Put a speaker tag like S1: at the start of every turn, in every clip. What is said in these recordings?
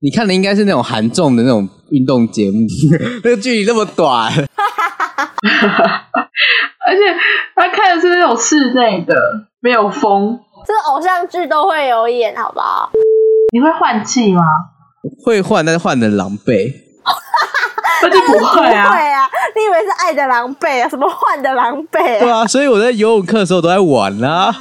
S1: 你看的应该是那种韩综的那种运动节目， 那个距离那么短，
S2: 而且他看的是那种室内的，没有风。
S3: 这偶像剧都会有演，好不好？
S2: 你会换气吗？
S1: 会换，但是换的狼狈。
S2: 而且不会
S3: 不
S2: 啊，
S3: 会啊，你以为是爱的狼狈啊？什么换的狼 狈、
S1: 对
S3: 啊？
S1: 啊，所以我在游泳课的时候都在玩啊啦、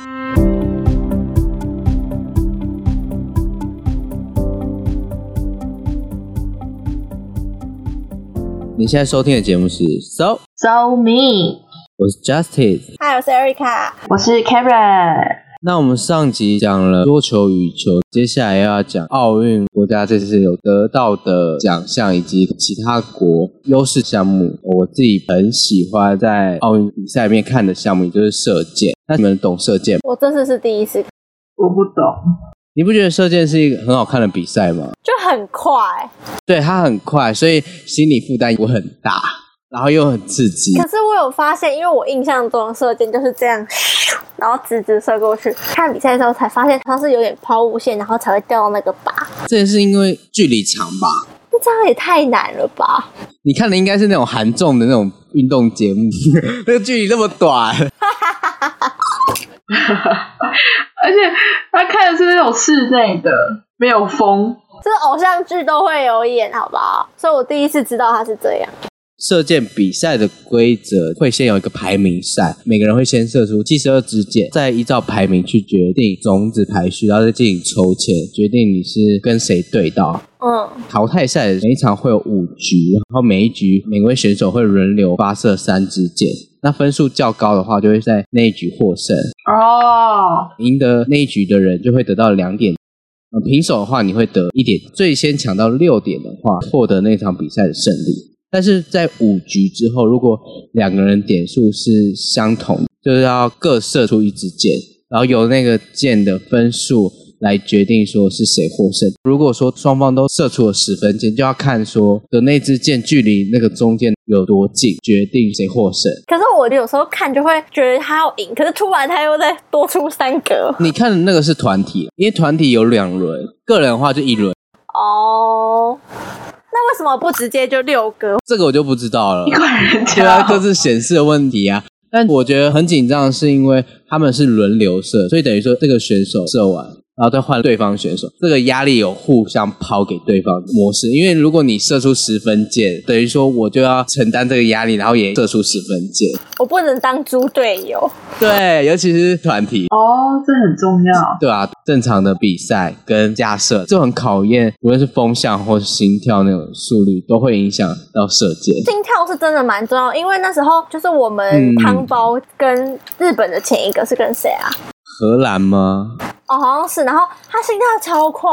S1: 你现在收听的节目是《So》，
S2: So me，
S1: 我是 Justice。
S3: 嗨，我是 Erica。
S2: 我是 Karen。
S1: 那我们上集讲了桌球、羽球，接下来要讲奥运国家这次有得到的奖项以及其他国优势项目。我自己很喜欢在奥运比赛里面看的项目，也就是射箭。那你们懂射箭吗？
S3: 我这次是第一次，
S2: 我不懂，
S1: 你不觉得射箭是一个很好看的比赛吗？
S3: 就很快。
S1: 对，它很快，所以心理负担也很大，然后又很刺激。
S3: 可是我有发现，因为我印象中射箭就是这样，咻然后直直射过去。看比赛的时候才发现它是有点抛物线，然后才会掉到那个靶。
S1: 这也是因为距离长吧？
S3: 那这样也太难了吧？
S1: 你看的应该是那种韩综的那种运动节目， 那个距离那么短，
S2: 而且他看的是那种室内的，没有风。
S3: 这偶像剧都会有演，好不好？所以我第一次知道它是这样。
S1: 射箭比赛的规则会先有一个排名赛，每个人会先射出七十二支箭，再依照排名去决定种子排序，然后再进行抽签，决定你是跟谁对到。
S3: 嗯，
S1: 淘汰赛每一场会有五局，然后每一局每位选手会轮流发射三支箭。那分数较高的话，就会在那一局获胜，
S2: 哦，
S1: 赢得那一局的人就会得到两点。呃，平手的话你会得一点，最先抢到六点的话获得那场比赛的胜利。但是在五局之后，如果两个人点数是相同，就是要各射出一支箭，然后由那个箭的分数来决定说是谁获胜。如果说双方都射出了十分箭，就要看说的那支箭距离那个中间有多近，决定谁获胜。
S3: 可是我有时候看就会觉得他要赢，可是突然他又再多出三格。
S1: 你看的那个是团体，因为团体有两轮，个人的话就一轮，
S3: 哦，那为什么不直接就六格？
S1: 这个我就不知道 了。
S2: 一个人
S1: 对啊，
S2: 家
S1: 各自显示的问题啊。但我觉得很紧张，是因为他们是轮流射，所以等于说这个选手射完，然后再换对方选手，这个压力有互相抛给对方的模式。因为如果你射出十分箭，等于说我就要承担这个压力，然后也射出十分箭。
S3: 我不能当猪队友。
S1: 对，尤其是团体。
S2: 哦，这很重要。
S1: 对啊，正常的比赛跟架设，这很考验，无论是风向或是心跳那种速率，都会影响到射箭。
S3: 心跳是真的蛮重要，因为那时候就是我们
S1: 嗯
S3: 汤包跟日本的前一个是跟谁啊？
S1: 荷兰吗？
S3: 哦，好像是，然后他心跳超快、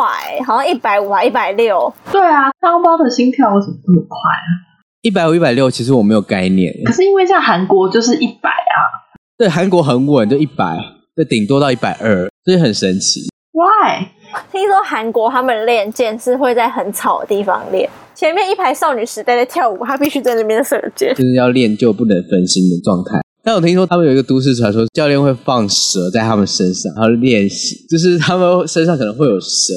S3: 好像一百五还一百六，
S2: 对啊，汤包的心跳为什么这么快啊？
S1: 一百五、一百六，其实我没有概念。
S2: 可是因为像韩国就是一百啊
S1: 对，韩国很稳，就一百，就顶多到一百二，所以很神奇。
S2: ，Why？
S3: 听说韩国他们练剑是会在很吵的地方练，前面一排少女时代在跳舞，他必须在那边射箭。
S1: 就是要练就不能分心的状态。但我听说他们有一个都市传说，教练会放蛇在他们身上，然后练习，就是他们身上可能会有蛇，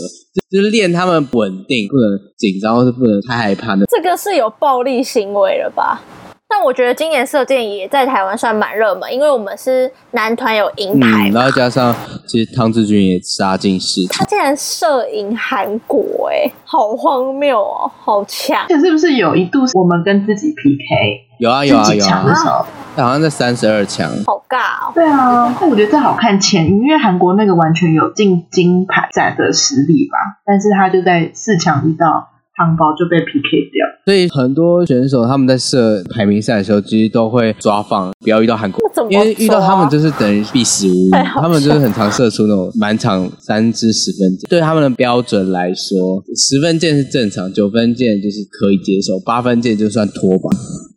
S1: 就就是练他们稳定，不能紧张或是不能太害怕的。
S3: 这个是有暴力行为了吧？但我觉得今年射箭也在台湾算蛮热门，因为我们是男团有银牌
S1: 嗯，
S3: 嘛，
S1: 然后加上其实汤志军也杀进十强，
S3: 他竟然射赢韩国、哎，好荒谬哦，好强
S2: 而！且是不是有一度是我们跟自己 PK，
S1: 有啊有啊
S2: 自己
S1: 有
S2: 强的
S1: 啊，
S2: 时候？
S1: 好像在三十二强。
S3: 好尬哦！
S2: 对啊，但我觉得这好看前，因为韩国那个完全有进金牌赛的实力吧，但是他就在四强遇到汤包就被 PK 掉。
S1: 所以很多选手他们在设排名赛的时候，其实都会抓放，不要遇到韩国
S3: 那怎么，
S1: 因为遇到
S3: 说啊
S1: 他们就是等于必死无疑
S3: 太，好笑
S1: 他们就是很常射出那种满场三至十分箭。对他们的标准来说，十分箭是正常，九分箭就是可以接受，八分箭就算脱靶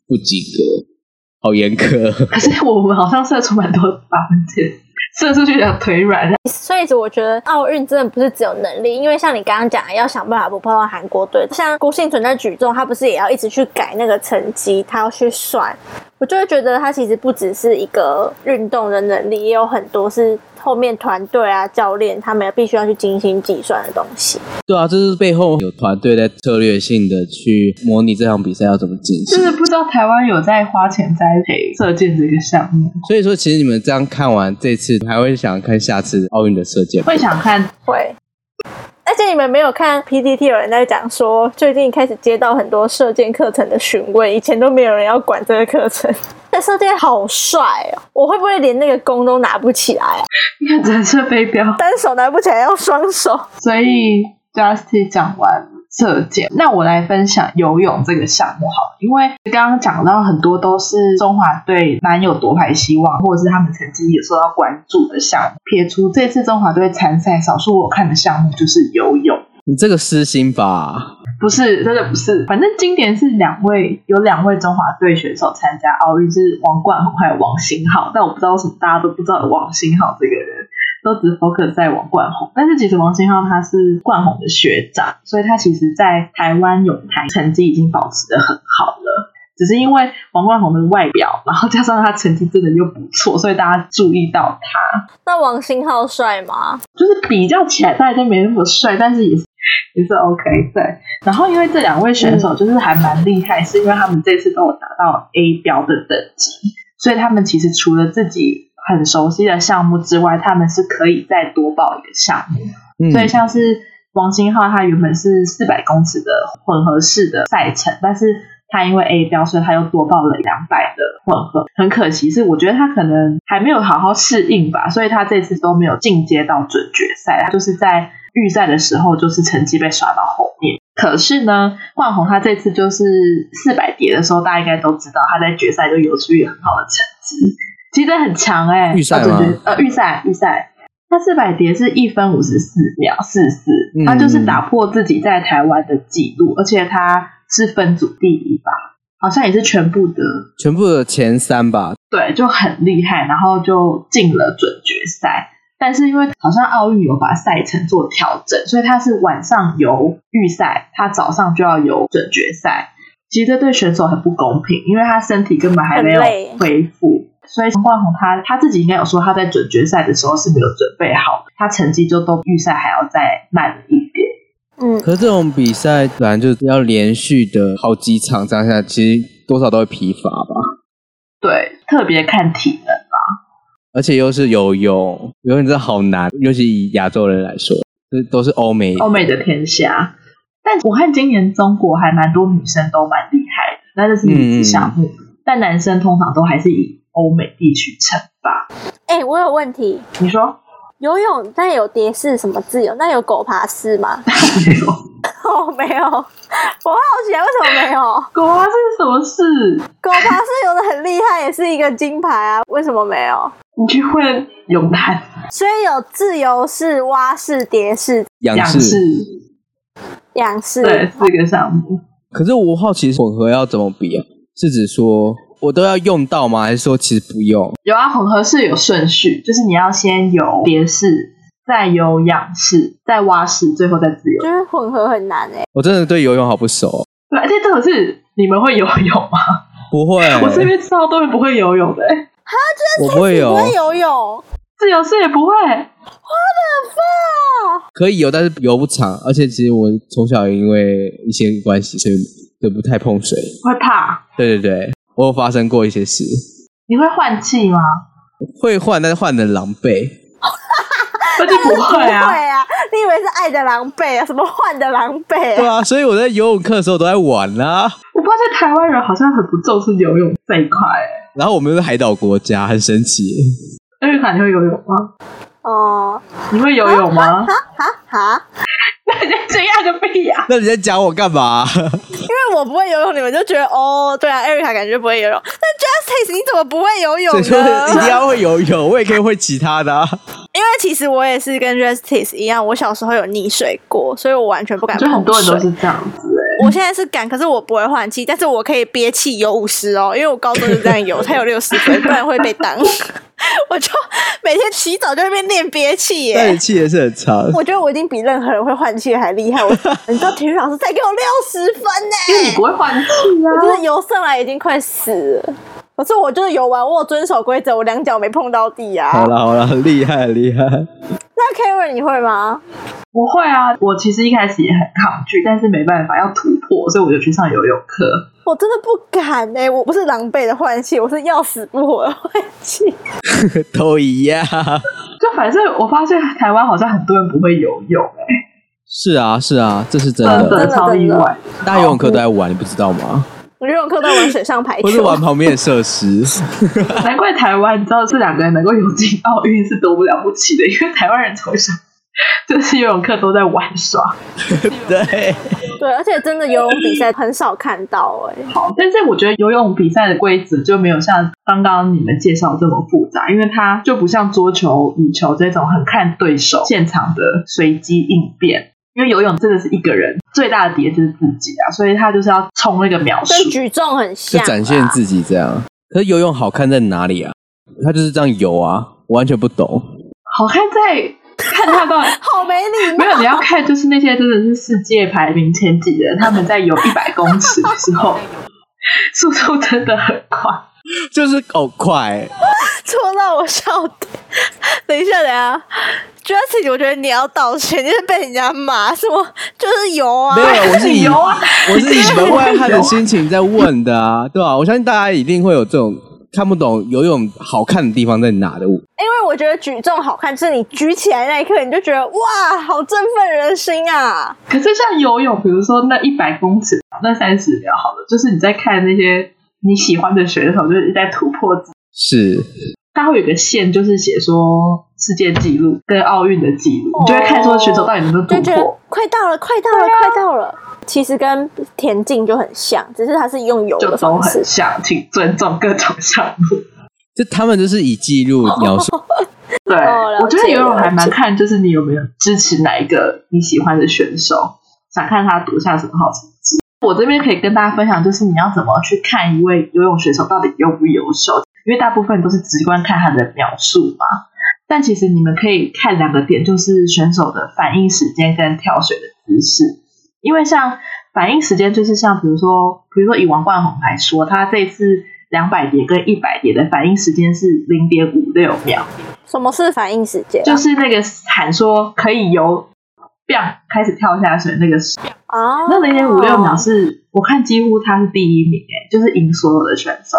S1: 不及格，好严苛。
S2: 可是我们好像射出蛮多八分箭，射出去的腿软，
S3: 所以我觉得奥运真的不是只有能力，因为像你刚刚讲，的，要想办法不碰到韩国队。像郭幸存在举重，他不是也要一直去改那个成绩，他要去算。我就会觉得他其实不只是一个运动的能力，也有很多是后面团队啊、教练他们必须要去精心计算的东西。
S1: 对啊，这是背后有团队在策略性的去模拟这场比赛要怎么进行
S2: 就。
S3: 啊
S2: 是不知道台湾有在花钱栽培射箭这个项目，
S1: 所以说，其实你们这样看完这次，还会想看下次奥运的射箭吗？
S2: 会想看
S3: 会。而且你们没有看 PPT 有人在讲说，最近开始接到很多射箭课程的询问，以前都没有人要管这个课程。但 射箭好帅哦，我会不会连那个弓都拿不起来啊？
S2: 你看只是飞镖，
S3: 单手拿不起来，要双手。
S2: 所以 Justy 讲完射箭，那我来分享游泳这个项目好了，因为刚刚讲到很多都是中华队蛮有夺牌希望，或者是他们成绩也受到关注的项目。撇除这次中华队参赛，少数我看的项目就是游泳。
S1: 你这个私心吧，
S2: 不是，真的不是。反正今年是两位，有两位中华队选手参加奥运，是王冠宏还有王星浩。但我不知道为什么大家都不知道有王星浩这个人，都只 focus 在王冠宏。但是其实王星浩他是冠宏的学长，所以他其实在台湾泳坛成绩已经保持的很好了。只是因为王冠宏的外表，然后加上他成绩真的又不错，所以大家注意到他。
S3: 那王星浩帅吗？
S2: 就是比较起来，大家没那么帅，但是也是也是 OK 对。然后因为这两位选手就是还蛮厉害，是因为他们这次都有达到 A 标的等级，所以他们其实除了自己很熟悉的项目之外，他们是可以再多报一个项目。
S1: 嗯，
S2: 所以像是王星浩，他原本是四百公尺的混合式的赛程，但是他因为 A 标，所以他又多报了两百的混合。很可惜是，我觉得他可能还没有好好适应吧，所以他这次都没有进阶到准决赛，他就是在预赛的时候就是成绩被刷到后面。可是呢，冠宏他这次就是四百叠的时候，大家应该都知道他在决赛就有出一个很好的成绩，其实很强哎、
S1: 预赛
S2: 到准决
S1: 吗
S2: 呃，预赛预赛，他四百叠是一分五十四秒四四
S1: 嗯，
S2: 他就是打破自己在台湾的记录，而且他是分组第一吧，好像也是全部的，
S1: 全部的前三吧，
S2: 对，就很厉害，然后就进了准决赛。但是因为好像奥运有把赛程做调整，所以他是晚上游预赛，他早上就要游准决赛。其实这对选手很不公平，因为他身体根本还没有
S3: 很累
S2: 恢复。所以陈冠宏他他自己应该有说，他在准决赛的时候是没有准备好的，他成绩就都预赛还要再慢了一点。
S3: 嗯，
S1: 可是这种比赛本来就要连续的好几场这样下来，其实多少都会疲乏吧。
S2: 对，特别看体能。
S1: 而且又是游泳，游泳真的好难，尤其以亚洲人来说，这都是欧美。
S2: 欧美的天下。但我看今年中国还蛮多女生都蛮厉害的，那这是女子项目，但男生通常都还是以欧美地区称霸。
S3: 哎、我有问题，
S2: 你说
S3: 游泳那有蝶式什么自由？那有狗爬式吗？
S2: 没有？
S3: 哦，没有，我好奇啊，为什么没 有？
S2: 狗啊，这是什么事？
S3: 狗爬式游的很厉害，也是一个金牌啊，为什么没有？
S2: 你去问泳坛
S3: 所以有自由式、蛙式、蝶式、
S1: 仰
S2: 仰视
S1: 式，，
S3: 仰式。
S2: 对四个项目，
S1: 可是我好奇混合要怎么比啊？是指说我都要用到吗？还是说其实不用？
S2: 有啊，混合式有顺序，就是你要先游蝶式，再游仰式，再蛙式，最后再自由
S3: 就。是混合很难哎、
S1: 我真的对游泳好不熟哦，
S2: 对，而且这种是你们会游泳吗？
S1: 不会，
S2: 我身边超多人不会游泳的、欸，
S1: 我不会
S3: 你不
S1: 游，
S3: 会游泳，
S2: 自由式也不会。
S1: 可以游，但是游不长。而且其实我从小因为一些关系，所以就不太碰水。
S2: 会怕？
S1: 对对对，我有发生过一些事，
S2: 你会换气吗？
S1: 会换，但是换的狼狈。
S2: 那就不会
S3: 不
S2: 啊。
S3: 会啊！你以为是爱的狼狈啊？什么换的狼狈
S1: 对
S3: 啊？
S1: 啊，所以我在游泳课的时候都在玩啊啦、
S2: 我发现台湾人好像很不重视游泳这一块、欸。
S1: 然后我们又是海岛国家，很神奇。
S2: 那瑞卡，你会游泳吗？
S3: 哦，
S2: 你会游泳 吗？
S3: 哈哈，
S2: 那你这样个屁呀、
S1: 那你在讲我干嘛？
S3: 因为我不会游泳，你们就觉得哦，对啊，艾瑞卡感觉不会游泳。那 Justice 你怎么不会游泳
S1: 所以说一定
S3: 呢？
S1: 要会游泳，我也可以会其他的、啊。
S3: 因为其实我也是跟 Justice 一样，我小时候有溺水过，所以我完全不敢
S2: 就
S3: 碰
S2: 很多人都
S3: 水
S2: 是这样子、欸。
S3: 我现在是敢，可是我不会换气，但是我可以憋气游五十哦，因为我高中就这样游，才有六十分，不然会被当。 我就每天洗澡就在那边练憋气
S1: 但你
S3: 耶。
S1: 气也是很长。
S3: 我觉得我已经比任何人会换气还厉 害。我你知道体育老师才给我六十分
S2: 因为你
S3: 呢、
S2: 不会换气啊
S3: 我。就是游上来已经快死了。可是我就是有玩，我有遵守规则，我两脚没碰到地啊。
S1: 好了好了，厉害厉害。
S3: 那 Karen 你会吗？
S2: 我会啊，我其实一开始也很抗拒，但是没办法要突破，所以我就去上游泳课。
S3: 我真的不敢哎、我不是狼狈的换气，我是要死不活的换气。
S1: 都一样。
S2: 就反正我发现台湾好像很多人不会游泳、欸，
S1: 是啊是啊，这是真
S2: 真
S1: 的。
S2: 的超意外。
S1: 大家游泳课都在玩，你不知道吗？
S3: 我游泳课都在玩水上排球
S1: 或，是玩旁边的设施。
S2: 难怪台湾，你知道这两个人能够游进奥运是多不了不起的，因为台湾人从小就是游泳课都在玩耍。
S1: 对，
S3: 对，而且真的游泳比赛很少看到哎、
S2: 好，但是我觉得游泳比赛的规则就没有像刚刚你们介绍这么复杂，因为它就不像桌球、羽球这种很看对手现场的随机应变。因为游泳真的是一个人最大的敌人就是自己啊，所以他就是要冲那个秒数。
S3: 跟举重 很
S1: 就
S3: 像啊，
S1: 展现自己这样。可是游泳好看在哪里啊？他就是这样游啊，我完全不懂。
S2: 好看在看他到底
S3: 好没礼貌
S2: 没。有，你要看就是那些真的是世界排名前几的，他们在游一百公尺的时 候，速度真的很快。
S1: 就是哦，快，
S3: 戳到我笑点。等一下，等一下，Jesse，我觉得你要道歉，你是被人家骂什么？就是油啊
S1: 没，有，我是以
S2: 游啊，
S1: 我是以门外汉的心情在问的啊，对吧、我相信大家一定会有这种看不懂游泳好看的地方在哪的。
S3: 因为我觉得举重好看，就是你举起来那一刻，你就觉得哇，好振奋人心啊！
S2: 可是像游泳，比如说那一百公尺，那三十秒好了，就是你在看那些你喜欢的选手，就是一直在突破自己。
S1: 是，
S2: 它会有一个线，就是写说世界纪录跟奥运的纪录，你就会看说选手到底能不能
S3: 哦就
S2: 突
S3: 觉得
S2: 破。
S3: 快到了，快到了，快到了。其实跟田径就很像，只是它是用油
S2: 就
S3: 的
S2: 都
S3: 方式
S2: 很。像，请尊重各种项目。
S1: 就他们就是以记录描 述，
S2: 对，
S3: 哦了解
S2: 我觉得游泳还
S3: 了
S2: 蛮
S3: 解
S2: 看，就是你有没有支持哪一个你喜欢的选手，想看他夺下什么好成绩。我这边可以跟大家分享，就是你要怎么去看一位游泳选手到底优不优秀，因为大部分都是直观看他的描述嘛。但其实你们可以看两个点，就是选手的反应时间跟跳水的姿势。因为像反应时间，就是像比如说，比如说以王冠宏来说，他这次两百蝶跟一百蝶的反应时间是零点五六秒，
S3: 什么是反应时间啊？
S2: 就是那个喊说可以由 biang 开始跳下水那个，
S3: 啊，
S2: 那零点五六秒是我看几乎他是第一名诶，就是赢所有的选手。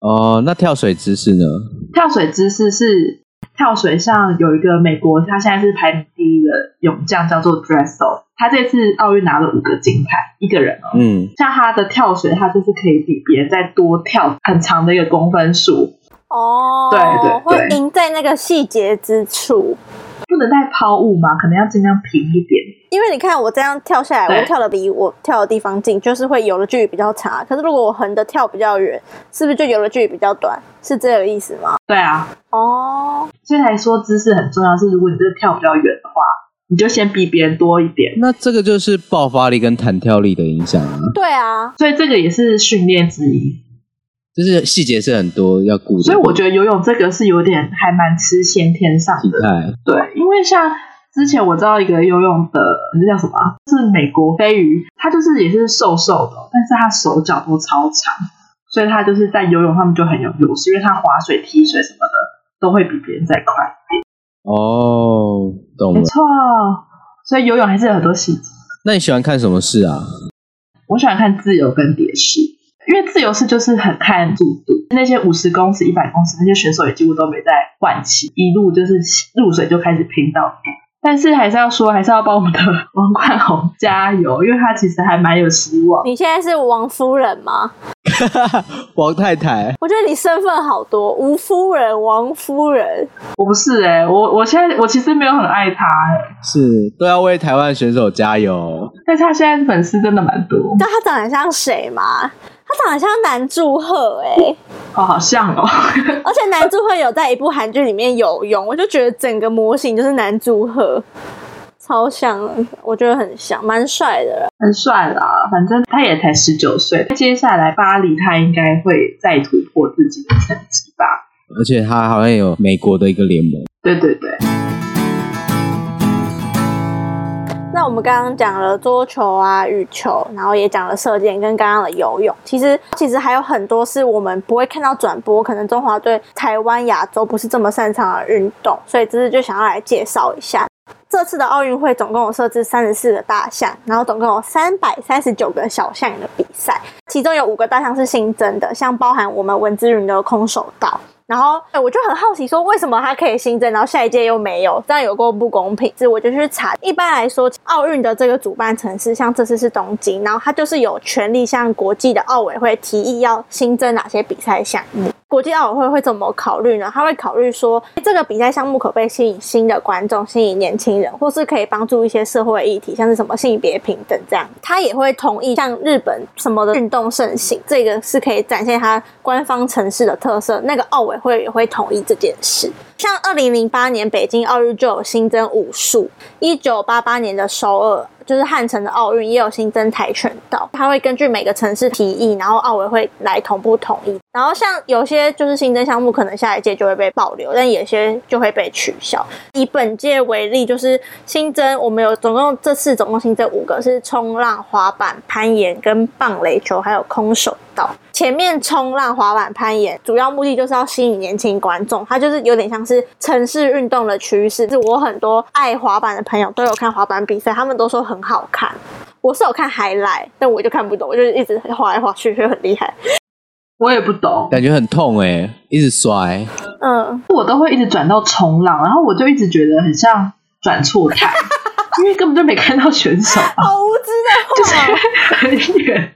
S1: 哦，那跳水姿势呢？
S2: 跳水姿势是跳水上有一个美国，他现在是排名第一的泳将叫做 Dressel，他这次奥运拿了五个金牌，一个人哦。
S1: 嗯，
S2: 像他的跳水，他就是可以比别人再多跳很长的一个公分数，
S3: 哦，
S2: 对对对
S3: 会赢在那个细节之处。
S2: 不能再抛物嘛，可能要尽量平一点。
S3: 因为你看我这样跳下来，
S2: 对
S3: 我跳的比我跳的地方近，就是会游的距离比较长啊。可是如果我横的跳比较远，是不是就游的距离比较短？是这个意思吗？
S2: 对啊，
S3: 哦，
S2: 所以来说姿势很重要。是如果你真的跳比较远的话，你就先比别人多一点。
S1: 那这个就是爆发力跟弹跳力的影响啊，
S3: 对啊，
S2: 所以这个也是训练之一。
S1: 就是细节是很多要顾的。
S2: 所以我觉得游泳这个是有点还蛮吃先天上
S1: 体
S2: 的，
S1: 态，
S2: 对，因为像。之前我知道一个游泳的，那叫什么啊？是美国飞鱼，他就是也是瘦瘦的哦，但是他手脚都超长，所以他就是在游泳上面就很有优势，因为他划水、踢水什么的都会比别人再快。
S1: 哦，懂
S2: 没
S1: 了。
S2: 错，所以游泳还是有很多细节。
S1: 那你喜欢看什么事 啊？
S2: 我喜欢看自由跟蝶式，因为自由式就是很看速度，那些五十公尺、一百公尺那些选手也几乎都没在换气，一路就是入水就开始拼到底。但是还是要说，还是要帮我们的 王冠宏加油，因为他其实还蛮有希望。
S3: 你现在是王夫人吗？
S1: 王太太，
S3: 我觉得你身份好多，吴夫人、王夫人，
S2: 我不是哎、我我现在我其实没有很爱他、欸，
S1: 是都要为台湾选手加油。
S2: 但是他现在粉丝真的蛮多，
S3: 你知道她长得像谁吗？她长得像南柱赫哎、
S2: 哦，好像哦，
S3: 而且男祝贺有在一部韩剧里面游泳，我就觉得整个模型就是男祝贺，超像的，我觉得很像，蛮帅的啦。
S2: 很帅啦。反正他也才十九岁，接下来巴黎他应该会再突破自己的成绩吧。
S1: 而且他好像有美国的一个联盟，
S2: 对对对，
S3: 那我们刚刚讲了桌球啊、羽球，然后也讲了射箭跟刚刚的游泳。其实其实还有很多是我们不会看到转播，可能中华队台湾、亚洲不是这么擅长的运动，所以这次就想要来介绍一下。这次的奥运会总共有设置三十四个大项，然后总共有三百三十九个小项的比赛，其中有五个大项是新增的，像包含我们文之云的空手道。然后哎我就很好奇，说为什么它可以新增，然后下一届又没有，这样有够不公平。是我就去查，一般来说，奥运的这个主办城市，像这次是东京，然后它就是有权利向国际的奥委会提议要新增哪些比赛项目。国际奥委会会怎么考虑呢？他会考虑说，这个比赛项目可不可以吸引新的观众，吸引年轻人，或是可以帮助一些社会议题，像是什么性别平等这样。他也会同意像日本什么的运动盛行，这个是可以展现他官方城市的特色。那个奥委会也会同意这件事。像二零零八年北京奥运就有新增武术，一九八八年的首尔就是汉城的奥运也有新增跆拳道，它会根据每个城市提议，然后奥委会来同步统一。然后像有些就是新增项目，可能下一届就会被保留，但有些就会被取消。以本届为例，就是新增我们有总共这次总共新增五个，是冲浪、滑板、攀岩、跟棒垒球，还有空手道。前面冲浪、滑板、攀岩，主要目的就是要吸引年轻观众，它就是有点像是城市运动的趋势。是我很多爱滑板的朋友都有看滑板比赛，他们都说很好看。我是有看海来，但我就看不懂，我就一直滑来滑去，就很厉害。
S2: 我也不懂，
S1: 感觉很痛哎、一直摔。
S3: 嗯，
S2: 我都会一直转到冲浪，然后我就一直觉得很像转错台，因为根本就没看到选手啊，
S3: 好无知的话。
S2: 很远，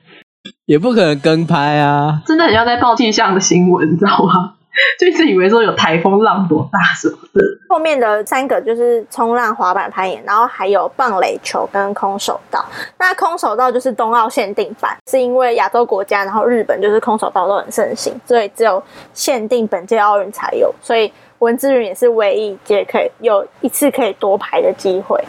S1: 也不可能跟拍啊！
S2: 真的很像在报气象的新闻，你知道吗？就一直以为说有台风浪多大什么的，
S3: 后面的三个就是冲浪、滑板、攀岩，然后还有棒垒球跟空手道。那空手道就是冬奥限定版，是因为亚洲国家，然后日本就是空手道都很盛行，所以只有限定本届奥运才有。所以文之云也是唯一一届可以有一次可以夺牌的机会。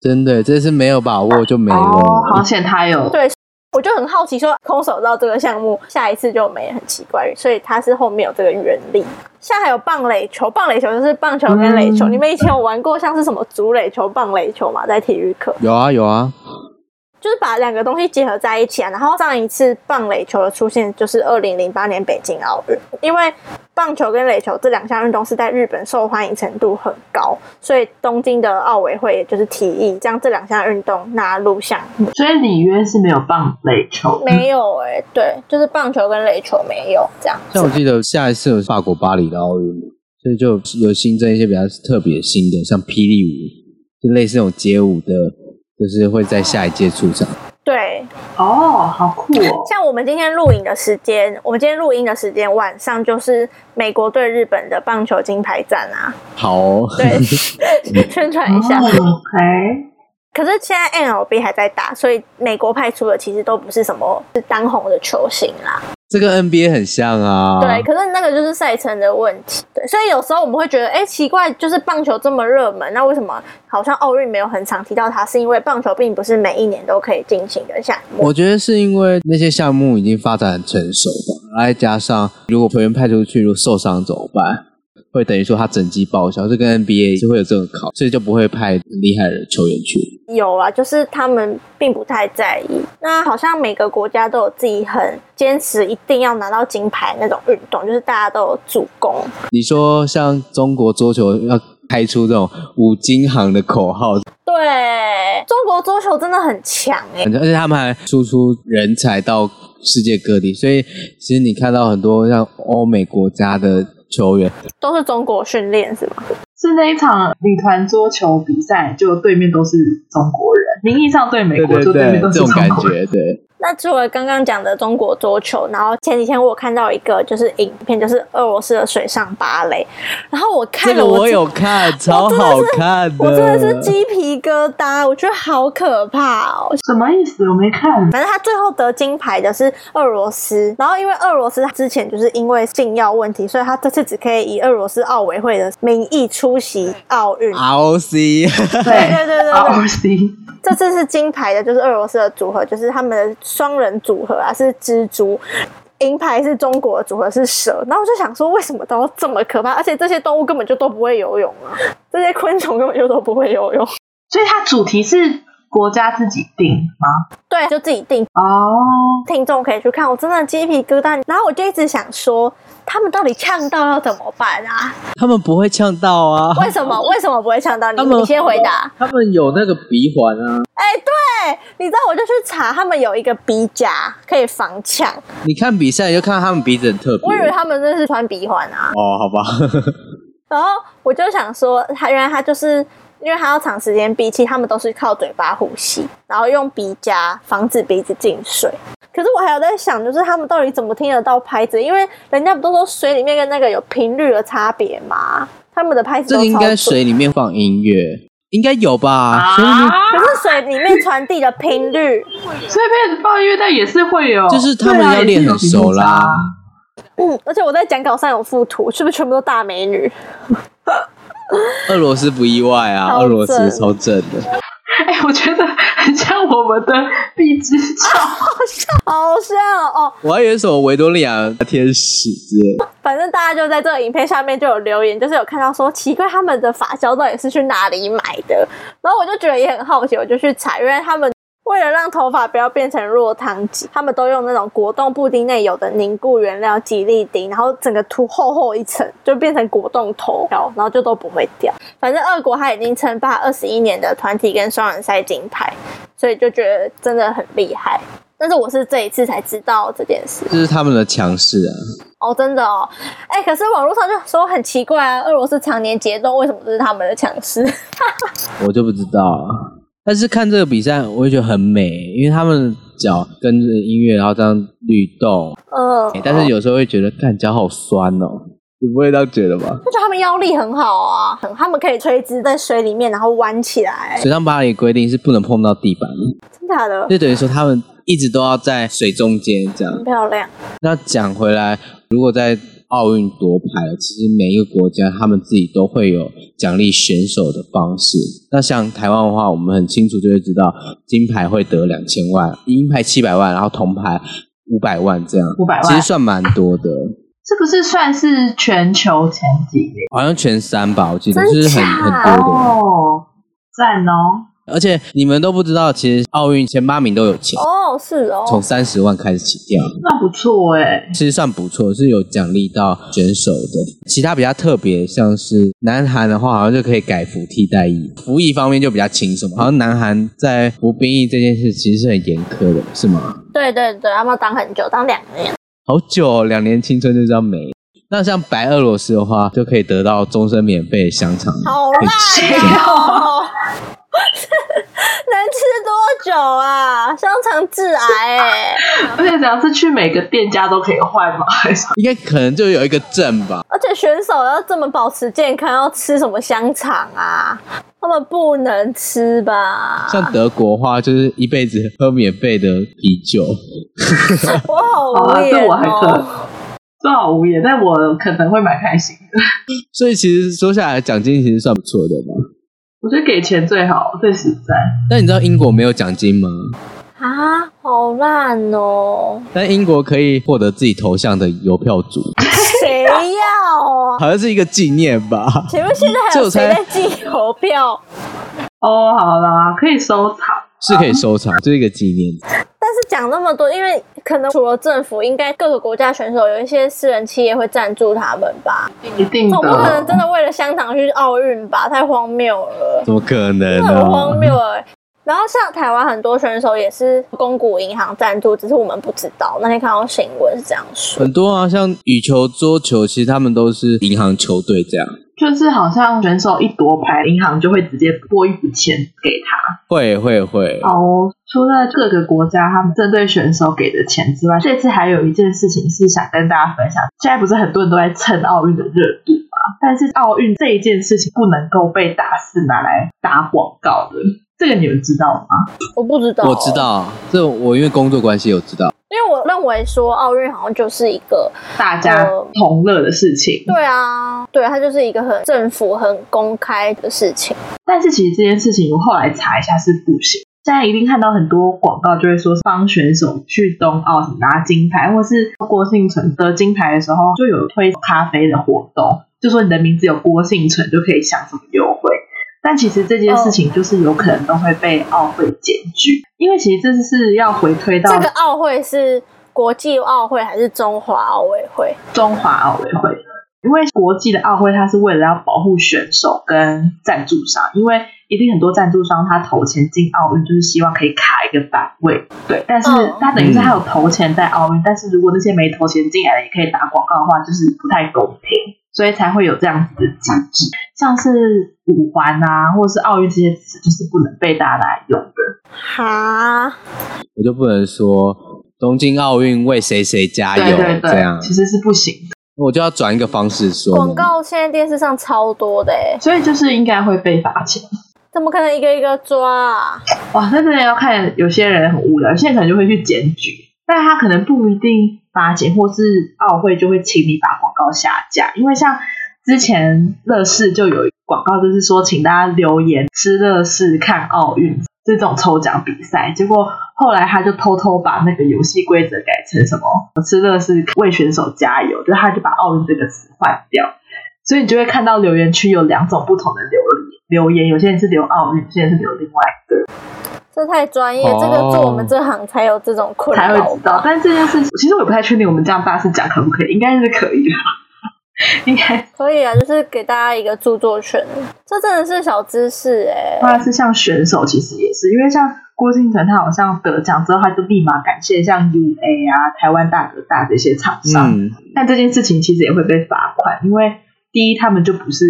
S1: 真的，这次没有把握就没
S2: 哦，好
S1: 了。
S2: 险他有
S3: 对我就很好奇，说空手道这个项目下一次就没，很奇怪，所以它是后面有这个原理。像还有棒垒球，棒垒球就是棒球跟垒球。
S2: 嗯
S3: 你们以前有玩过像是什么竹垒球、棒垒球嘛？在体育课，
S1: 有啊有啊，
S3: 就是把两个东西结合在一起啊。然后上一次棒垒球的出现就是二零零八年北京奥运，因为棒球跟垒球这两项运动是在日本受欢迎程度很高，所以东京的奥委会也就是提议将这两项运动纳入项目。
S2: 所以里约是没有棒垒球的，
S3: 没有哎、对，就是棒球跟垒球没有这样
S1: 像
S3: 子
S1: 我。记得下一次有法国巴黎的奥运嘛，所以就有新增一些比较特别新的，像霹雳舞，就类似那种街舞的，就是会在下一届出场。
S3: 对，
S2: 哦，好酷哦，
S3: 像我们今天录影的时间，我们今天录音的时间晚上就是美国对日本的棒球金牌战啊，
S1: 好、哦，
S3: 对，宣传一下。
S2: 哦，OK，
S3: 可是现在 NLB 还在打，所以美国派出的其实都不是什么是当红的球星啦。
S1: 这跟 NBA 很像啊。
S3: 对，可是那个就是赛程的问题。对，所以有时候我们会觉得，哎，奇怪，就是棒球这么热门，那为什么好像奥运没有很常提到它？是因为棒球并不是每一年都可以进行的项目。
S1: 我觉得是因为那些项目已经发展很成熟吧，再加上如果球员派出去如果受伤怎么办？会等于说他整季报销，就跟 NBA 是会有这种考，所以就不会派很厉害的球员去。
S3: 有啊，就是他们并不太在意。那好像每个国家都有自己很坚持一定要拿到金牌那种运动，就是大家都有主攻。
S1: 你说像中国桌球要开出这种五金行的口号，
S3: 对，中国桌球真的很强哎、
S1: 而且他们还输出人才到世界各地，所以其实你看到很多像欧美国家的球员，
S3: 都是中国训练是吗？
S2: 是那一场女团桌球比赛，就对面都是中国人，名义上对美
S1: 对
S2: 国，
S1: 对
S2: 就
S1: 对
S2: 面，都
S1: 这
S2: 是
S1: 种
S2: 中
S1: 感
S2: 国人，
S1: 觉，对，
S3: 那除了刚刚讲的中国桌球，然后前几天我有看到一个就是影片，就是俄罗斯的水上芭蕾，然后我看
S1: 这
S3: 了
S1: 个我
S3: 自
S1: 有看，超
S3: 真的
S1: 好看的，
S3: 我真的是鸡皮疙瘩，我觉得好可怕哦！
S2: 什么意思？我没看。
S3: 反正他最后得金牌的是俄罗斯，然后因为俄罗斯之前就是因为禁药问题，所以他这次只可以以俄罗斯奥委会的名义出席奥运。
S1: ROC
S3: 对对对对对，
S2: ROC
S3: 这次是金牌的，就是俄罗斯的组合，就是他们的双人组合啊，是蜘蛛。银牌是中国的组合是蛇，然后我就想说，为什么都这么可怕？而且这些动物根本就都不会游泳啊，这些昆虫根本就都不会游泳。
S2: 所以它主题是国家自己定吗？
S3: 对，就自己定，
S2: 哦，
S3: 听众可以去看。我真的鸡皮疙瘩，然后我就一直想说，他们到底呛到要怎么办 啊？
S1: 他们不会呛到啊，
S3: 为什么？为什么不会呛到你？
S1: 他们
S3: 你先回答。
S1: 他们有那个鼻环啊。
S3: 哎、对，你知道我就去查，他们有一个鼻夹可以防呛，
S1: 你看比赛你就看到他们鼻子很特别。
S3: 我以为他们那是穿鼻环啊。
S1: 哦，好吧，
S3: 然后我就想说，他原来他就是因为他要长时间闭气，他们都是靠嘴巴呼吸，然后用鼻夹防止鼻子进水。可是我还有在想，就是他们到底怎么听得到拍子？因为人家不都说水里面跟那个有频率的差别吗？他们的拍子
S1: 这
S3: 都
S1: 个应该
S3: 超准
S1: 水里面放音乐，应该有吧？水里面
S2: 啊，
S3: 可是水里面传递的频率，
S2: 所以变成放音乐带也是会有，
S1: 就是他们
S2: 对啊
S1: 要练很熟啦。
S3: 嗯，而且我在讲稿上有附图，是不是全部都大美女？
S1: 俄罗斯不意外啊，
S3: 超
S1: 俄罗
S3: 正
S1: 斯超正的，
S2: 也是有哎，我觉得很像我们的壁纸照，
S3: 好像哦，
S1: 我还以为什么维多利亚天使之类的。
S3: 反正大家就在这个影片下面就有留言，就是有看到说奇怪他们的发胶到底是去哪里买的，然后我就觉得也很好奇，我就去查，原来他们为了让头发不要变成落汤鸡，他们都用那种果冻布丁内有的凝固原料吉利丁，然后整个涂厚厚一层，就变成果冻头，然后就都不会掉。反正俄国他已经称霸二十一年的团体跟双人赛金牌，所以就觉得真的很厉害。但是我是这一次才知道这件事。
S1: 这是他们的强势啊！
S3: 哦，真的哦，哎、可是网络上就说很奇怪啊，俄罗斯常年结冻，为什么这是他们的强势？
S1: 我就不知道啊了。但是看这个比赛，我会觉得很美，因为他们脚跟着音乐，然后这样律动。
S3: 嗯，
S1: 但是有时候会觉得，看脚好酸哦，你不会这样觉得吧？
S3: 我觉得他们腰力很好啊，很他们可以垂直在水里面，然后弯起来，
S1: 水上芭蕾规定是不能碰到地板的，
S3: 真的假的？
S1: 就等于说他们一直都要在水中间这样。
S3: 很漂亮，
S1: 那讲回来，如果在奥运夺牌，其实每一个国家他们自己都会有奖励选手的方式。那像台湾的话，我们很清楚就会知道，金牌会得两千万，银牌七百万，然后铜牌五百万这样，
S2: 500万
S1: 其实算蛮多的，
S2: 这不是算是全球前几名
S1: 好像全三吧，我记得
S3: 真
S1: 就是很
S3: 假
S1: 很多的。
S2: 哦，赞哦，
S1: 而且你们都不知道，其实奥运前八名都有钱，
S3: 哦，是
S1: 从
S3: 哦，
S1: 三十万开始起跳。
S2: 那不错哎，
S1: 其实算不错，是有奖励到选手的。其他比较特别，像是南韩的话，好像就可以改服替代役，服役方面就比较轻松。好像南韩在服兵役这件事其实是很严苛的，是吗？
S3: 对对对，他们当很久，当两年，
S1: 好久哦、两年青春就这样没。那像白俄罗斯的话，就可以得到终身免费的香肠，
S3: 好
S1: 可以吃
S3: 烂哦， 能吃多久啊？香肠致癌哎、
S2: 而且只要是去每个店家都可以换 嘛，还是
S1: 应该可能就有一个证吧。
S3: 而且选手要这么保持健康，要吃什么香肠啊？他们不能吃吧？
S1: 像德国的话，就是一辈子喝免费的啤酒，
S3: 我好
S2: 好
S3: 无
S2: 啊，
S3: 言
S2: 这我还可
S3: 哦。，
S2: 这好无言，但我可能会蛮开心的。
S1: 所以其实说下来，奖金其实算不错的嘛。
S2: 我觉得给钱最好，最实在。
S1: 但你知道英国没有奖金吗？
S3: 啊，好烂 哦！
S1: 但英国可以获得自己头像的邮票 组，
S3: 谁要啊？
S1: 好像是一个纪念吧。
S3: 请问现在还有
S1: 这
S3: 谁
S1: 我才
S3: 在啊寄邮票？
S2: 哦，好啦，可以收藏。
S1: 是可以收藏，这是一个纪念。
S3: 但是讲那么多，因为可能除了政府，应该各个国家选手有一些私人企业会赞助他们吧？
S2: 一定
S3: 总不可能真
S2: 的，
S3: 的为了香肠去奥运吧？太荒谬
S2: 嗯
S3: 了。
S1: 怎么可能啊
S3: 这
S1: 呢、
S3: 很荒谬哎、然后像台湾很多选手也是公股银行赞助，只是我们不知道。那天看到新闻是这样说，
S1: 很多啊，像羽球、桌球，其实他们都是银行球队这样。
S2: 就是好像选手一夺牌，银行就会直接拨一笔钱给他。
S1: 会会会，
S2: 哦，除了各个国家他们针对选手给的钱之外，这次还有一件事情是想跟大家分享。现在不是很多人都在蹭奥运的热度嘛，但是奥运这一件事情不能够被大肆拿来打广告的，这个你们知道吗？
S3: 我不知道，
S1: 我知，道，这我因为工作关系有知道。
S3: 因为我认为说奥运好像就是一个，
S2: 大家
S3: 呃
S2: 同乐的事情。
S3: 对啊，对，它就是一个很政府很公开的事情。
S2: 但是其实这件事情，我后来查一下是不行。现在一定看到很多广告，就会说帮选手去冬奥拿金牌，或是郭幸存得金牌的时候，就有推咖啡的活动，就说你的名字有郭幸存就可以享什么优惠。但其实这件事情就是有可能都会被奥会检举，因为其实这是要回推到
S3: 哦这个奥会是国际奥会还是中华奥委会？
S2: 中华奥委会，因为国际的奥会它是为了要保护选手跟赞助商，因为一定很多赞助商他投钱进奥运，就是希望可以卡一个版位，对。但是
S3: 嗯
S2: 他等于是他有投钱在奥运，但是如果那些没投钱进来的也可以打广告的话，就是不太公平。所以才会有这样子的机制，像是五环啊，或者是奥运这些词，就是不能被大家来用的。
S3: 哈，
S1: 我就不能说东京奥运为谁谁加
S2: 对
S1: 油
S2: 对
S1: 这样
S2: 对，，其实是不行的
S1: 我就要转一个方式说
S3: 广告现在电视上超多的哎，
S2: 所以就是应该会被罚钱。
S3: 怎么可能一个一个抓啊？
S2: 哇，那真的要看有些人很无聊，有些人可能就会去检举，但他可能不一定罚钱，或是奥会就会请你把广告下架，因为像之前乐视就有广告，就是说请大家留言吃乐视看奥运。这种抽奖比赛，结果后来他就偷偷把那个游戏规则改成什么“吃乐视为选手加油”，就他就把奥运这个词换掉，所以你就会看到留言区有两种不同的留留言，有些人是留奥运，有些人是留另外一个。
S3: 这太专业，
S1: 哦
S3: 这个做我们这行才有这种困
S2: 哦才会
S3: 扰
S2: 知道。
S3: 吧？
S2: 但是这件事情，其实我也不太确定我们这样大肆讲可不可以，应该是可以的，应该
S3: 可以啊，就是给大家一个著作权，这真的是小知识哎、
S2: 或者是像选手，其实也是，因为像郭敬诚他好像得奖之后，他就立马感谢像 UA 啊、台湾大哥大这些厂商。
S1: 嗯，
S2: 但这件事情其实也会被罚款，因为第一他们就不是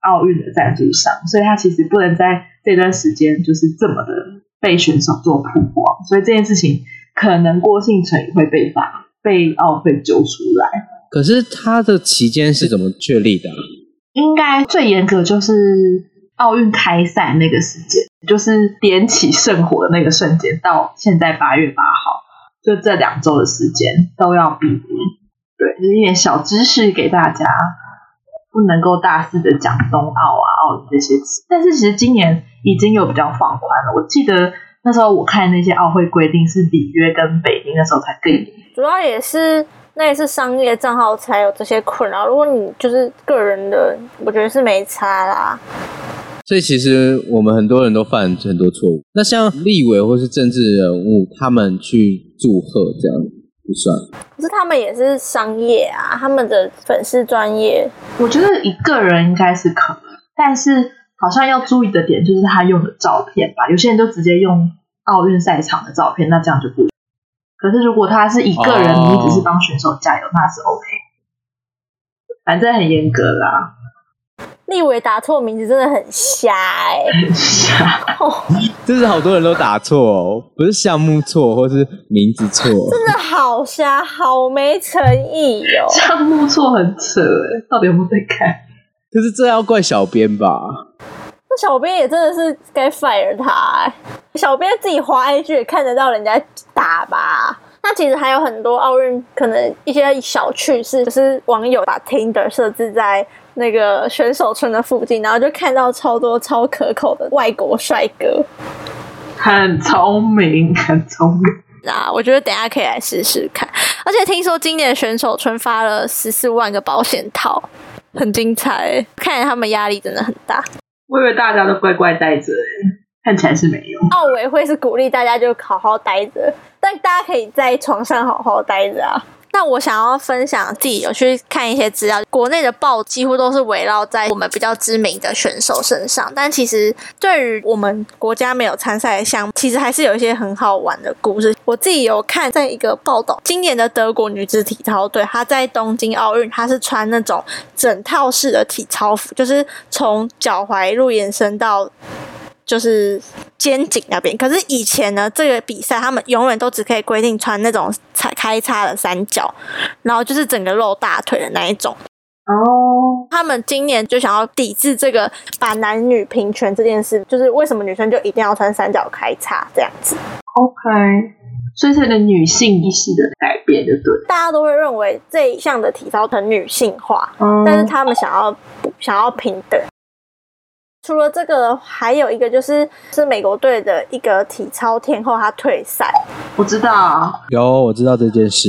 S2: 奥运的赞助商，所以他其实不能在这段时间就是这么的被选手做曝光，所以这件事情可能郭敬诚也会被罚，被奥会揪出来。
S1: 可是它的期间是怎么确立的啊、
S2: 应该最严格就是奥运开赛那个时间，就是点起圣火的那个瞬间，到现在八月八号，就这两周的时间都要比例。对，就是一点小知识给大家，不能够大肆的讲冬奥啊、奥运这些词。但是其实今年已经有比较放宽了，我记得那时候我看那些奥会规定是里约跟北京那时候才更严
S3: 主要也是那也是商业账号才有这些困扰。如果你就是个人的，我觉得是没差啦。
S1: 所以其实我们很多人都犯很多错误。那像立委或是政治人物，他们去祝贺这样不算。
S3: 可是他们也是商业啊，他们的粉丝专业，
S2: 我觉得一个人应该是可能，但是好像要注意的点就是他用的照片吧。有些人就直接用奥运赛场的照片，那这样就不行。可是如果他是一个人，
S1: 哦
S2: 你只是帮选手加油，那是 OK。反正很严格啦，
S3: 立委打错名字真的很瞎哎、
S1: 就是好多人都打错、哦，不是项目错，或是名字错。
S3: 真的好瞎，好没诚意哦。
S2: 项目错很扯哎、到底有没有在看？
S1: 可是这要怪小编吧？
S3: 那小编也真的是该 fire 他、欸，小编自己滑 IG 也看得到人家打吧。那其实还有很多奥运可能一些小趣事，就是网友把 Tinder 设置在那个选手村的附近，然后就看到超多超可口的外国帅哥。
S2: 很聪明，很聪明。
S3: 啊，我觉得等一下可以来试试看。而且听说今年选手村发了十四万个保险套，很精彩欸、看来他们压力真的很大。
S2: 我以为大家都乖乖待着、欸，看起来是没有。
S3: 奥委会是鼓励大家就好好待着， 但大家可以在床上好好待着啊。那我想要分享自己有去看一些资料，国内的报几乎都是围绕在我们比较知名的选手身上，但其实对于我们国家没有参赛的项目，其实还是有一些很好玩的故事。我自己有看在一个报道，今年的德国女子体操队，她在东京奥运，她是穿那种整套式的体操服，就是从脚踝一路延伸到就是肩颈那边。可是以前呢，这个比赛他们永远都只可以规定穿那种叉开叉的三角，然后就是整个露大腿的那一种。
S2: 哦，
S3: 他们今年就想要抵制这个把男女平权这件事，就是为什么女生就一定要穿三角开叉这样子？
S2: OK，所以是一个女性意识的改变，就对了。
S3: 大家都会认为这一项的体操很女性化，
S2: 嗯
S3: 但是他们想要不想要平等。除了这个，还有一个就是是美国队的一个体操天后，她退赛，
S2: 我知道，
S1: 有，我知道这件事。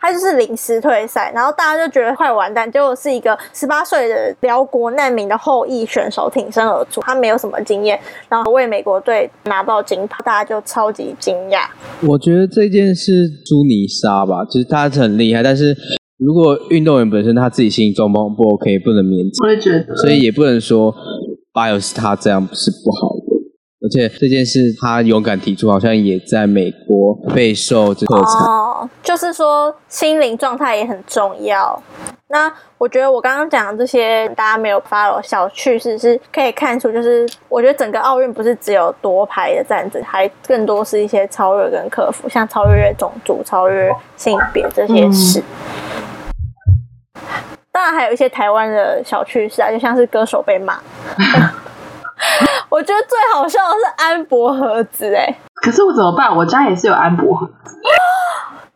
S3: 他他就是临时退赛，然后大家就觉得快完蛋，结果是一个十八岁的辽国难民的后裔选手挺身而出，他没有什么经验，然后为美国队拿到金牌，大家就超级惊讶。
S1: 我觉得这件事朱尼莎吧，其实她是很厉害，但是如果运动员本身他自己心理状况不 OK，不能勉强，
S2: 我也觉得，
S1: 所以也不能说 bias 他这样是不好的。而且这件事他勇敢提出，好像也在美国备受这喝彩。
S3: 哦，就是说心灵状态也很重要。那我觉得我刚刚讲的这些大家没有 follow 小趣事，是可以看出，就是我觉得整个奥运不是只有夺牌的战争，还更多是一些超越跟克服，像超越种族、超越性别这些事。当然还有一些台湾的小趣事啊，就像是歌手被骂。我觉得最好笑的是安博盒子、哎，
S2: 可是我怎么办？我家也是有安博盒，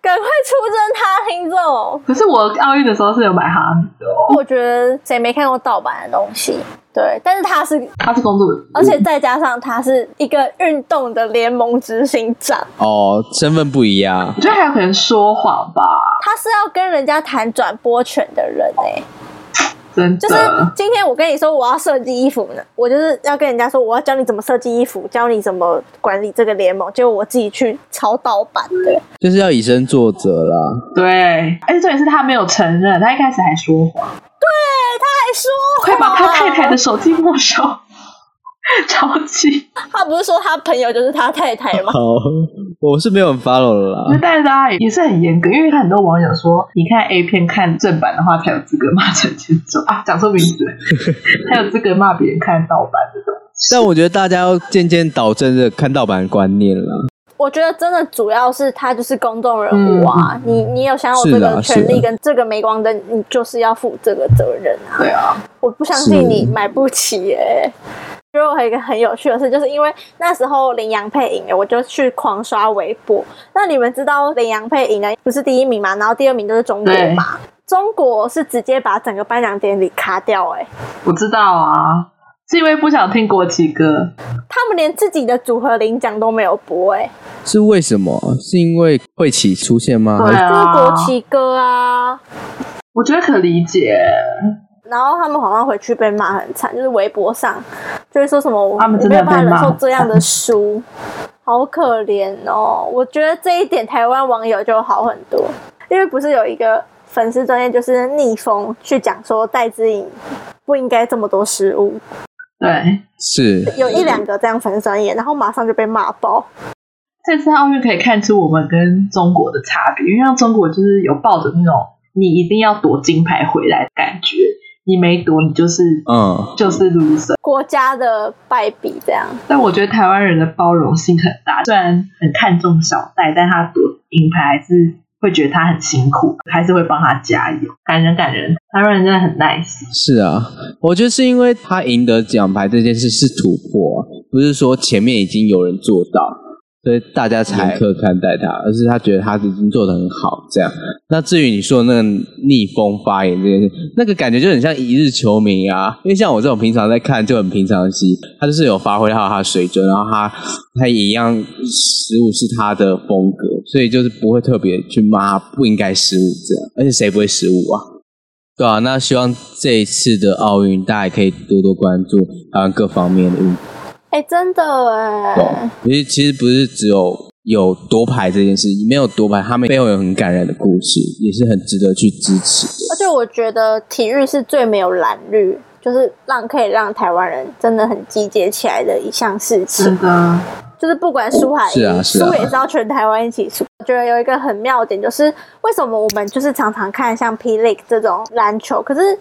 S3: 赶快出征他听众！
S2: 可是我奥运的时候是有买哈姆的哦，
S3: 我觉得谁没看过盗版的东西？对，但是他是，
S2: 它是工作人
S3: 而且再加上他是一个运动的联盟执行长，
S1: 哦，身份不一样
S2: 我，觉得还有可能说谎吧，
S3: 他是要跟人家谈转播权的人哎、
S2: 真
S3: 就是
S2: 的。
S3: 今天我跟你说我要设计衣服呢，我就是要跟人家说我要教你怎么设计衣服，教你怎么管理这个联盟，结果我自己去抄盗版的，
S1: 就是要以身作则啦。
S2: 对，而且重点是他没有承认，他一开始还说谎，
S3: 对，
S2: 快
S3: 他
S2: 把
S3: 还说，
S2: 他太太的手机没收， 超气！
S3: 他不是说他朋友就是他太太吗？
S1: 好，我是没有很 follow 了
S2: 我
S1: 啦。
S2: 觉得但是大家也是很严格，因为很多网友说，你看 A 片看正版的话才有资格骂陈建州啊，讲错名 字，才有资格骂别人看盗版的东西。
S1: 但我觉得大家要渐渐导正这个看盗版的观念啦。
S3: 我觉得真的主要是他就是公众人物啊，
S2: 嗯
S3: 你你有享有这
S1: 是
S3: 个
S1: 的
S2: 啊
S3: 权利
S1: 是的
S3: 跟这个镁光灯，你就是要负这个责任啊。
S2: 对啊，
S3: 我不相信
S1: 是
S3: 你买不起耶、因为我还有一个很有趣的事，就是因为那时候羚羊配赢了，我就去狂刷微博。那你们知道羚羊配赢了不是第一名嘛？然后第二名就是中国
S2: 对
S3: 嘛？中国是直接把整个颁奖典礼卡掉、哎，
S2: 我知道啊，是因为不想听国旗歌，
S3: 他们连自己的组合领奖都没有播、哎，
S1: 是为什么？是因为会起出现吗？
S2: 对
S1: 还
S3: 就是
S2: 啊，
S3: 国旗歌啊。
S2: 我觉得可理解，
S3: 然后他们好像回去被骂很惨，就是微博上就会说什么我
S2: 他们真的
S3: 我没有办
S2: 被
S3: 法
S2: 骂
S3: 忍受这样的输，好可怜哦。我觉得这一点台湾网友就好很多，因为不是有一个粉丝专业就是逆风去讲说戴资颖不应该这么多失误，
S2: 对。
S1: 是
S3: 有一两个这样粉丝专业，然后马上就被骂爆。
S2: 这次奥运可以看出我们跟中国的差别，因为像中国就是有抱着那种你一定要夺金牌回来的感觉，你没夺你就是、
S1: 嗯，
S2: 就是 loser。
S3: 国家的败笔这样，
S2: 但我觉得台湾人的包容性很大，虽然很看重小戴，但他夺银牌还是会觉得他很辛苦，还是会帮他加油，感人感人。台湾人真的很 nice，
S1: 是啊，我觉得是因为他赢得奖牌这件事是突破、啊，不是说前面已经有人做到，所以大家才严苛看待他，而是他觉得他已经做得很好这样。那至于你说的那个逆风发言这件事，那个感觉就很像一日球迷啊，因为像我这种平常在看就很平常的戏，他就是有发挥好他的水准，然后他他也一样失误是他的风格，所以就是不会特别去骂他不应该失误这样，而且谁不会失误啊？对啊，那希望这一次的奥运，大家也可以多多关注台湾各方面的运
S3: 哎、真的哎、
S1: 动。其实其实不是只有有夺牌这件事，没有夺牌，他们背后有很感人的故事，也是很值得去支持的。
S3: 而且我觉得体育是最没有蓝绿，就是让可以让台湾人真的很集结起来的一项事情
S2: 真。的。
S3: 就是不管输还
S1: 是
S3: 赢，
S1: 啊
S3: 输、
S1: 是啊
S3: 也是要全台湾一起输。我觉得有一个很妙的点就是，为什么我们就是常常看像 P League 这种篮球，可是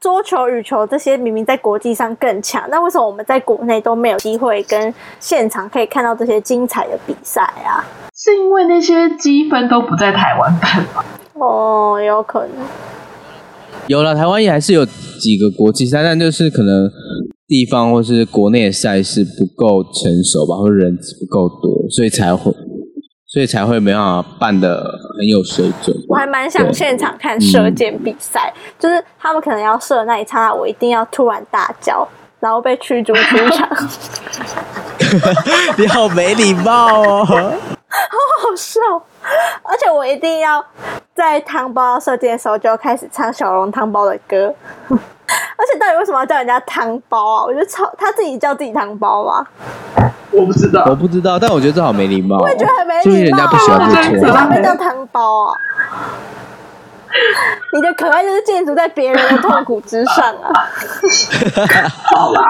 S3: 桌球、羽球这些明明在国际上更强，那为什么我们在国内都没有机会跟现场可以看到这些精彩的比赛啊？
S2: 是因为那些积分都不在台湾办吗？
S3: 哦，有可能。
S1: 有了，台湾也还是有几个国际赛，但就是可能地方或是国内的赛事不够成熟吧，或者人不够多，所以才会所以才会没办法办的很有水准。
S3: 我还蛮想现场看射箭比赛，
S1: 嗯
S3: 就是他们可能要射那一刹那，我一定要突然大叫，然后被驱逐出 场，好
S1: 你好没礼貌哦。
S3: 好笑。而且我一定要在汤包射箭的时候就开始唱小笼汤包的 歌，而且到底为什么要叫人家汤包啊？我觉得超他自己叫自己汤包啊嘛，
S2: 我不知道
S1: 我，不知道，但我觉得这好没礼貌哦。
S3: 我也觉得很没
S1: 是不是
S3: 礼
S1: 人
S3: 貌
S1: 家
S3: 啊。
S1: 不喜欢
S2: 这
S1: 这
S2: 个
S1: 个
S3: 你
S1: 绰
S2: 绰
S1: 号
S2: 号
S3: 怎么会叫汤包啊？你的可爱就是建筑在别人的痛苦之上啊！
S2: 好啦，